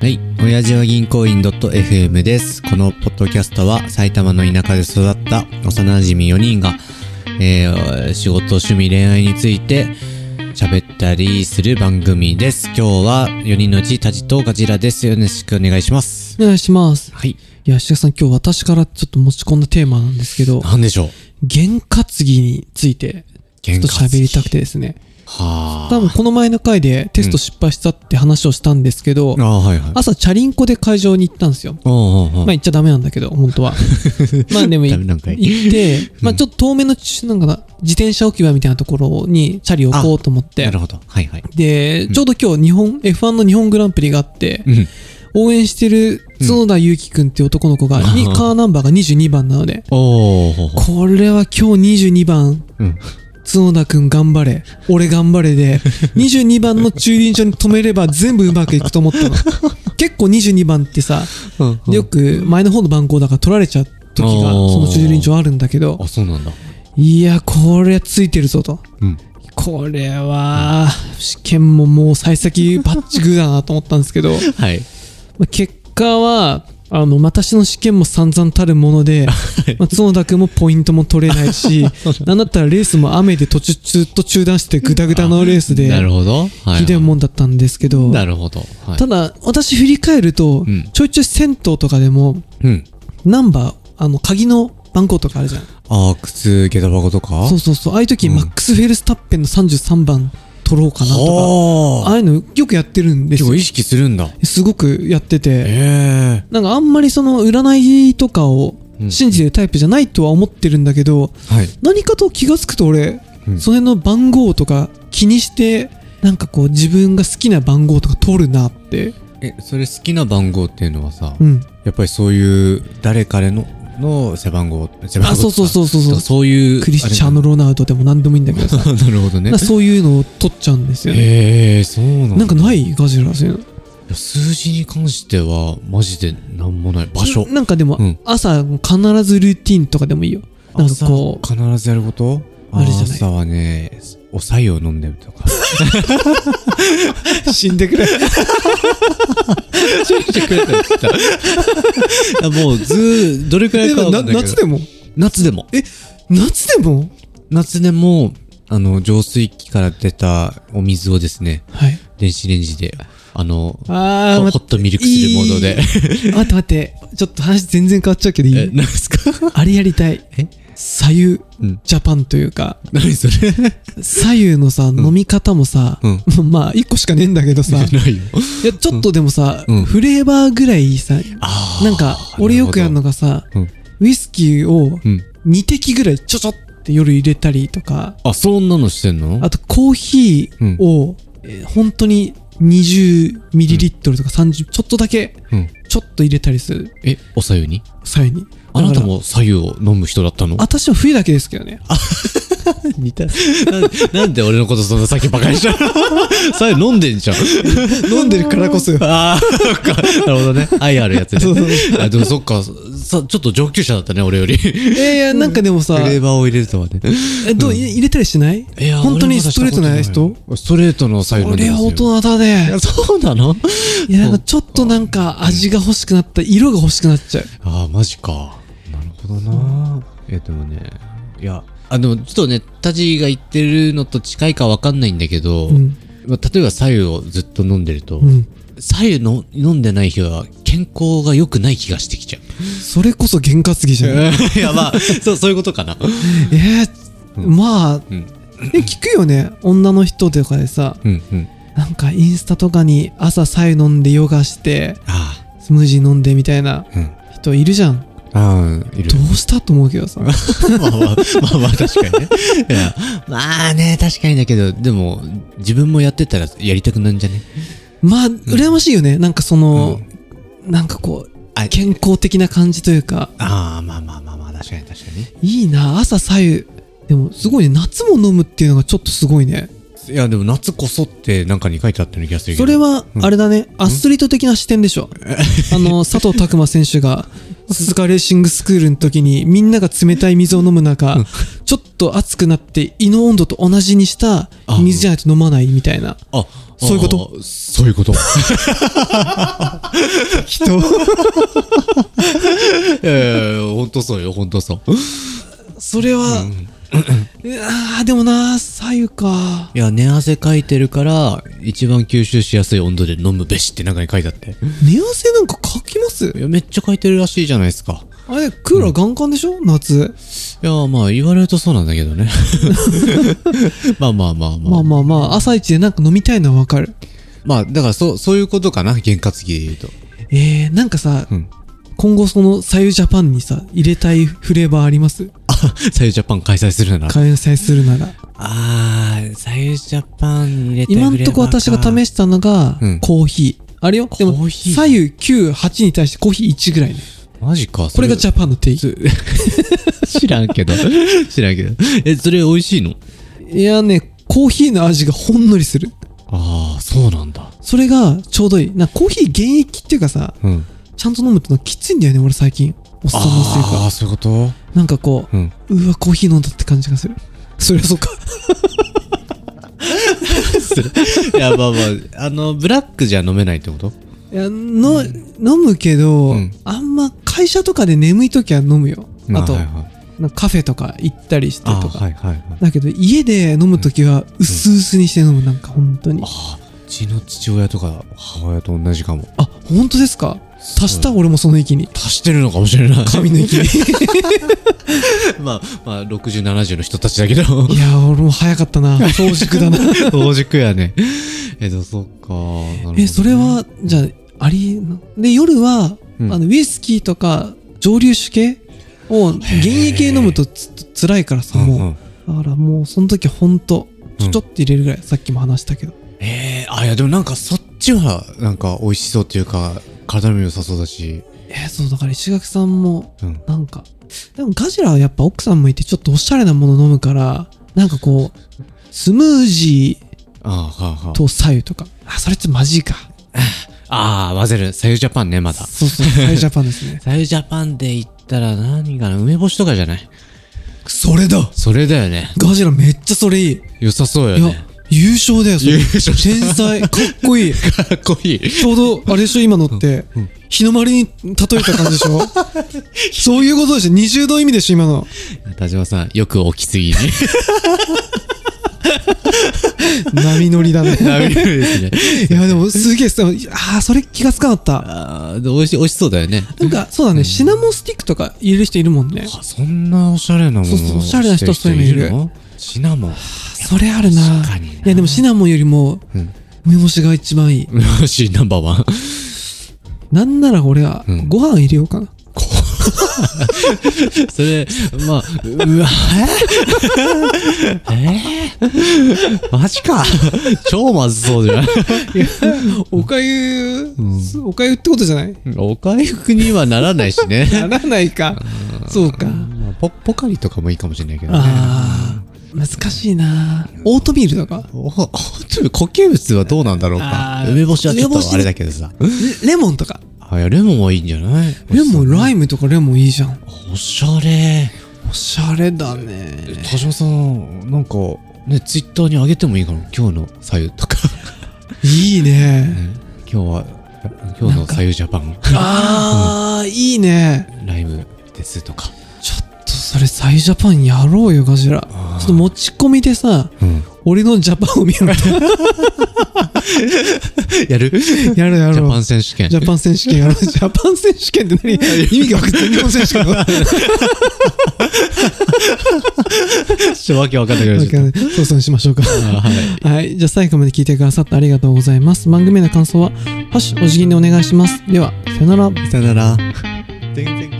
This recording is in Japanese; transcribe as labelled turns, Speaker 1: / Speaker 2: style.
Speaker 1: はい。親父は銀行員 .fm です。このポッドキャストは埼玉の田舎で育った幼馴染4人が、えー、仕事、趣味、恋愛について喋ったりする番組です。今日は4人のうちタジとガジラです。よろしくお願いします。
Speaker 2: お願いします。
Speaker 1: はい。
Speaker 2: いや、石田さん、今日私からちょっと持ち込んだテーマなんですけど、
Speaker 1: なんでしょう
Speaker 2: 験担ぎについて、ちょっと喋りたくて。ですね。
Speaker 1: は
Speaker 2: 多分この前の回でテスト失敗したって話をしたんですけど
Speaker 1: あ。、ああー、はいはい。
Speaker 2: 朝チャリンコで会場に行ったんですよ。
Speaker 1: おうおうおう
Speaker 2: まあ行っちゃダメなんだけど、本 当は。まあでもい
Speaker 1: ダメなんかい
Speaker 2: 行って、まあちょっと遠目のち、なんかな、自転車置き場みたいなところにチャリ置こうと思っ
Speaker 1: な
Speaker 2: て
Speaker 1: る、ほど。はいはい。
Speaker 2: で、ちょうど今日日本、F1 の日本グランプリがあって
Speaker 1: う、ん。
Speaker 2: 応援してる角田祐希くんっていう男の子が、に
Speaker 1: あー
Speaker 2: カーナンバーが22番なので、
Speaker 1: おーほうほ
Speaker 2: これは今日22番、
Speaker 1: う。うん。
Speaker 2: 角田くん頑張れ、俺頑張れで、22番の駐輪場に止めれば全部うまくいくと思ったの。結構22番ってさ、
Speaker 1: うん
Speaker 2: よく前の方の番号だから取られちゃう時が、
Speaker 1: おー
Speaker 2: その駐輪場あるんだけど
Speaker 1: あ、、そうなんだ。
Speaker 2: いや、これついてるぞと。
Speaker 1: うん。
Speaker 2: これは、試験ももう幸先バッチグーだなと思ったんですけど、
Speaker 1: はい。
Speaker 2: まあ結果は、あの、私の試験も散々たるも ので、まあ、角田君もポイントも取れないし、なんだったらレースも雨で途中ずっと中断してグダグダのレースで、
Speaker 1: なるほど。はい。
Speaker 2: ひどいもんだったんですけど、
Speaker 1: なるほど。はい。
Speaker 2: ただ、私振り返ると、
Speaker 1: うん
Speaker 2: ちょいちょい銭湯とかでも、
Speaker 1: うん。
Speaker 2: ナンバー、あの、鍵の番号とかあるじゃん。
Speaker 1: ああ、靴、下駄箱とか
Speaker 2: そうそうそう。ああいう時、
Speaker 1: うん
Speaker 2: マックス・フェルスタッペンの33番取ろうかなと
Speaker 1: は
Speaker 2: か、あ
Speaker 1: あ。
Speaker 2: あいうのよくやってるんです
Speaker 1: 結構
Speaker 2: よ
Speaker 1: 意。識するんだ。
Speaker 2: すごくやってて。
Speaker 1: ええ。
Speaker 2: なんかあんまりその占いとかを
Speaker 1: うん
Speaker 2: 信じてるタイプじゃないとは思ってるんだけど、
Speaker 1: はい。
Speaker 2: 何かと気がつくと俺、
Speaker 1: うん
Speaker 2: その辺の番号とか気にして、なんかこう自分が好きな番号とか取るなって。
Speaker 1: え、それ好きな番号っていうのはさ
Speaker 2: う、ん。
Speaker 1: やっぱりそういう、誰彼の、の背番号、背番号。
Speaker 2: あ、そうそうそうそう
Speaker 1: と
Speaker 2: そう
Speaker 1: か。そういう。
Speaker 2: クリスチャーノ・ロナウドでも何でもいいんだけ どさ。
Speaker 1: あれ。なるほどね
Speaker 2: なんか。そういうのを取っちゃうんですよね。
Speaker 1: へえ、そうなんだ。
Speaker 2: なんかないガジラそういうの。
Speaker 1: いや数字に関しては、マジでなんもない。場所。
Speaker 2: ななんかでも、
Speaker 1: うん
Speaker 2: 朝必ずルーティンとかでもいいよ。なんかこう、
Speaker 1: 朝必ずやること
Speaker 2: あるじゃない
Speaker 1: 朝はね、おさゆを飲んでる とか。
Speaker 2: 死んでくれ。
Speaker 1: もうずー、どれくらいかわかんないけど
Speaker 2: 夏でも
Speaker 1: 夏でも。
Speaker 2: え、夏でも
Speaker 1: 夏でも、あの、浄水器から出たお水をですね、
Speaker 2: はい。
Speaker 1: 電子レンジで、あの、
Speaker 2: あー、
Speaker 1: ホ
Speaker 2: 待
Speaker 1: ホ
Speaker 2: っ
Speaker 1: ットミルクするモードで。
Speaker 2: て、待って待って。ちょっと話全然変わっちゃうけど い
Speaker 1: え、
Speaker 2: い
Speaker 1: 何すか
Speaker 2: あれやりたい。
Speaker 1: え
Speaker 2: 左右
Speaker 1: うん
Speaker 2: ジャパンというか、
Speaker 1: 何それ
Speaker 2: 左右のさ、飲み方もさ、 まあ、一個しかねえんだけどさ、い
Speaker 1: ないよ。
Speaker 2: や、ちょっとでもさ、
Speaker 1: うん
Speaker 2: フレーバーぐらいさ、
Speaker 1: あー
Speaker 2: なんか、俺よくやる。のがさ、
Speaker 1: なるほど
Speaker 2: ウイスキーを
Speaker 1: うん。うん。
Speaker 2: 2滴ぐらいちょちょって夜入れたりとか、
Speaker 1: あ、そんなのしてんの
Speaker 2: あとコーヒーを、えー本当に20ミリリットルとか30、ちょっとだけ、
Speaker 1: うん。
Speaker 2: ちょっと入れたりする。
Speaker 1: え、おさゆに
Speaker 2: 際に。
Speaker 1: あなた
Speaker 2: だから
Speaker 1: も左右を飲む人だった の
Speaker 2: 私は冬だけですけどね。
Speaker 1: 似た。なんで俺のことそんなさっきバカにした の左右飲んでんじゃん。
Speaker 2: 飲んでるから こそよ。
Speaker 1: ああ、そっか。なるほどね。愛あるやつね。
Speaker 2: そうそう
Speaker 1: あでも そっか。さ、ちょっと上級者だったね、俺より。
Speaker 2: いやいや、なんかでもさ、
Speaker 1: バーを入れるとはね。
Speaker 2: えどうい入れたりしない
Speaker 1: いや、
Speaker 2: 本当にストレートな
Speaker 1: 俺ま
Speaker 2: 人
Speaker 1: だしたことないストレートの才能
Speaker 2: 俺は大人だね。
Speaker 1: そうなの
Speaker 2: いや、なんかちょっとなんか味が欲しくなった、色が欲しくなっちゃう。
Speaker 1: ああ、マジか。なるほどな。え、でもね、いや、あ、でもちょっとね、タジが言ってるのと近いかわかんないんだけど、
Speaker 2: うん
Speaker 1: まあ例えば左右をずっと飲んでると、
Speaker 2: ん
Speaker 1: 左右の飲んでない日は健康が良くない気がしてき ちゃう。
Speaker 2: それこそ験担ぎじゃん。
Speaker 1: いや、まあ、そう、そういうことかな。
Speaker 2: えー、まあ、
Speaker 1: うん。
Speaker 2: え、聞くよね。女の人とかでさ、
Speaker 1: うん、うん。
Speaker 2: なんかインスタとかに朝さえ飲んでヨガして、
Speaker 1: あ
Speaker 2: スムージー飲んでみたいな
Speaker 1: あ、うん。
Speaker 2: 人いるじゃん。
Speaker 1: ああ、いる
Speaker 2: ど。うしたと思うけどさ。
Speaker 1: まあまあ、まあまあ、確かにね。 いや、まあね、確かにだけど、でも、自分もやってたらやりたくなんじゃね
Speaker 2: まあ、羨ましいよね。なんかその、なんかこ
Speaker 1: あ
Speaker 2: う、健康的な感じというか、
Speaker 1: ああ、まあまあまあまあ、確かに確か
Speaker 2: いいな、朝左右。でも、すごいね、夏も飲むっていうのがちょっとすごいね。
Speaker 1: に。いや、でも、夏こそってなんかに書いてあったような気がするけ
Speaker 2: そ
Speaker 1: ど。
Speaker 2: れは、あれだね、アスリート的な視点でしょ。あの、佐藤拓磨選手が、鈴鹿レーシングスクールの時にみんなが冷たい水を飲む中、ちょっと熱くなって胃の温度と同じにした水じゃないと飲まないみたいな。
Speaker 1: あ、
Speaker 2: そういうこと
Speaker 1: あそういう こと。
Speaker 2: 人
Speaker 1: いやいやいや、ほんとそうよ、ほんとそう。
Speaker 2: それは、あでもな、左右か。
Speaker 1: いや、寝汗かいてるから、一番吸収しやすい温度で飲むべしって中に書いてあって。
Speaker 2: 寝汗なんかかきます
Speaker 1: いや、めっちゃ書いてるらしいじゃないですか。
Speaker 2: あれ、クーラーガンガンでしょ夏。
Speaker 1: いや、まあ、言われるとそうなんだけどね。 まあまあまあま
Speaker 2: ま
Speaker 1: あ。
Speaker 2: あまあまあ、朝一でなんか飲みたいのはわかる。
Speaker 1: まあ、だから、そう、そういうことかな、験担ぎで言うと。
Speaker 2: えー、なんかさ、
Speaker 1: うん
Speaker 2: 今後その左右ジャパンにさ、入れたいフレーバーあります
Speaker 1: あ、 左右ジャパン開催するなら。
Speaker 2: 開催するなら。
Speaker 1: あー、左右ジャパン入れて
Speaker 2: 今んとこ私が試
Speaker 1: し、
Speaker 2: したのが、
Speaker 1: うん
Speaker 2: コーヒー。あれよで
Speaker 1: コー
Speaker 2: も、
Speaker 1: ヒー
Speaker 2: 左右9、8に対してコーヒー1ぐらいね。
Speaker 1: マジか、
Speaker 2: これがジ
Speaker 1: ゃ、
Speaker 2: ャパンの定義。
Speaker 1: 知らんけど。 知らんけど。え、それ美味しいの
Speaker 2: いやね、コーヒーの味がほんのりする。
Speaker 1: あー、そうなんだ。
Speaker 2: それがちょうどいい。なんかコーヒー原液っていうかさ、
Speaker 1: うん。
Speaker 2: ちゃんと飲むってのはきついんだよね、俺最近。おっさんのせい
Speaker 1: あー、
Speaker 2: か。
Speaker 1: そういうこと
Speaker 2: なんかこう、
Speaker 1: うん。
Speaker 2: うわ、コーヒー飲んだって感じがする。そりゃそうか。
Speaker 1: いや、まあまあ、あの、ブラックじゃ飲めないってこと
Speaker 2: いや、の、飲むけど、
Speaker 1: うん
Speaker 2: あんま会社とかで眠い時は飲むよ。あと、
Speaker 1: はいはい、
Speaker 2: なんかカフェとか行ったりして
Speaker 1: あ
Speaker 2: と
Speaker 1: ー、
Speaker 2: か。
Speaker 1: はいはいはい。
Speaker 2: だけど家で飲む時は薄々にして飲む、なんか本当に。
Speaker 1: あーうちの父親とか母親と同じかも。
Speaker 2: あ、本当ですか
Speaker 1: そう
Speaker 2: 足した俺もその域に。
Speaker 1: 足してるのかもしれない。。
Speaker 2: 髪の息
Speaker 1: まあ、まあ、60、70の人たちだけど。
Speaker 2: いや、俺も早かったな。 早熟だな。
Speaker 1: 同軸やね。えっと、そっか。なるほどね
Speaker 2: え、それ、は、じゃあ、ありえなで、夜は、
Speaker 1: うん
Speaker 2: あの、ウイスキーとか、蒸留酒系を、原液系飲むとつつ辛いからさ、
Speaker 1: うんう
Speaker 2: も
Speaker 1: ん
Speaker 2: う。だからもう、その時ほんと、
Speaker 1: う
Speaker 2: ちょ
Speaker 1: ん
Speaker 2: ちょって入れるぐらい、さっきも話したけど。
Speaker 1: えー、あ、いや、でもなんかそっちは、なんか美味しそうっていうか、体にも良さそうだし。
Speaker 2: えーそう、だから石垣さんも、
Speaker 1: うん。
Speaker 2: なんか、でもガジラはやっぱ奥さんもいて、ちょっとおしゃれなもの飲むから、なんかこう、スムージ
Speaker 1: あーはあ、は
Speaker 2: ーと左右とか。あ、それってマジか。
Speaker 1: あ。ああ、混ぜる。左右ジャパンね、まだ。
Speaker 2: そうそう、左右ジャパンですね。
Speaker 1: 左右ジャパンで行ったら何かな梅干しとかじゃない
Speaker 2: それだ
Speaker 1: それだよね。
Speaker 2: ガジラめっちゃそれいい。
Speaker 1: 良さそうよ
Speaker 2: いや
Speaker 1: ね。、
Speaker 2: 優勝だよ、それ。
Speaker 1: 優勝
Speaker 2: 天才、かっこいい。ち
Speaker 1: かっこいい。
Speaker 2: ょうど、あれでしょ、今のって、日の丸に例えた感じで しょそういうことでしょ、20度意味でしょ、今の。
Speaker 1: 田島さん、よく起きす ぎに。
Speaker 2: 波乗りだね。
Speaker 1: ダメですね。
Speaker 2: いや、でも、すげえ、そうああ、それ気がつかなかった。
Speaker 1: あーで美味しい、美味しそうだよね。
Speaker 2: なんか、そうだね、シナモンスティックとか入れる人いるもんね。
Speaker 1: あそんなおしゃれなもの
Speaker 2: そうそうおしゃれな人
Speaker 1: して
Speaker 2: そういうのいる
Speaker 1: のシナモン。
Speaker 2: それあるな。
Speaker 1: 確かにない
Speaker 2: や、でもシナモンよりも、
Speaker 1: うん
Speaker 2: 梅干しが一番いい。
Speaker 1: 梅干しナンバーワ ン。
Speaker 2: なんなら俺は
Speaker 1: ん、
Speaker 2: ご飯入れようかな。
Speaker 1: それ、まあ、うわ、えー、え ー、マジか。超まずそうじゃん。
Speaker 2: おかゆ、おかゆってことじゃない
Speaker 1: お回復にはならないしね。
Speaker 2: ならないか。そうか。
Speaker 1: まあポポカリとかもいいかもしれないけどね。
Speaker 2: あー、難しいな。オートミールとか
Speaker 1: お、ほんとに固形物はどうなんだろうか
Speaker 2: あ。ー
Speaker 1: 梅干しはちょっ
Speaker 2: 梅干
Speaker 1: と
Speaker 2: し
Speaker 1: あれだけどさ。
Speaker 2: レレモンとか。
Speaker 1: あ、いや、レモンはいいんじゃない
Speaker 2: レモン、
Speaker 1: ン
Speaker 2: ライムとかレモンいいじゃん。
Speaker 1: おしゃれ。
Speaker 2: おしゃれだね。
Speaker 1: 田島さん、なんか、ね、ツイッターに上げてもいいかな今日の左右 とか。
Speaker 2: いいね。
Speaker 1: 今日は、今日の左右ジャパン、
Speaker 2: あー、いいね。
Speaker 1: ライブですとか。
Speaker 2: ちょっとそれサイジャパンやろうよガジラちょっと持ち込みでさ
Speaker 1: うん。
Speaker 2: 俺のジャパンを見よう
Speaker 1: やるジ
Speaker 2: やろうや
Speaker 1: ャ
Speaker 2: ろ
Speaker 1: パ
Speaker 2: う
Speaker 1: ン選手権。
Speaker 2: ジャパン選手権 やろうジャパン選手権って何意味が分かってない日本選手権 の
Speaker 1: ちょっとわけわかんないけど、ちょっ
Speaker 2: なんかねそうそうにしましょうか
Speaker 1: とあはい。
Speaker 2: はいじゃあ最後まで聞いてくださってありがとうございます番組への感想は「ハッシュお辞儀」でお願いしますではさよなら
Speaker 1: さよなら。全然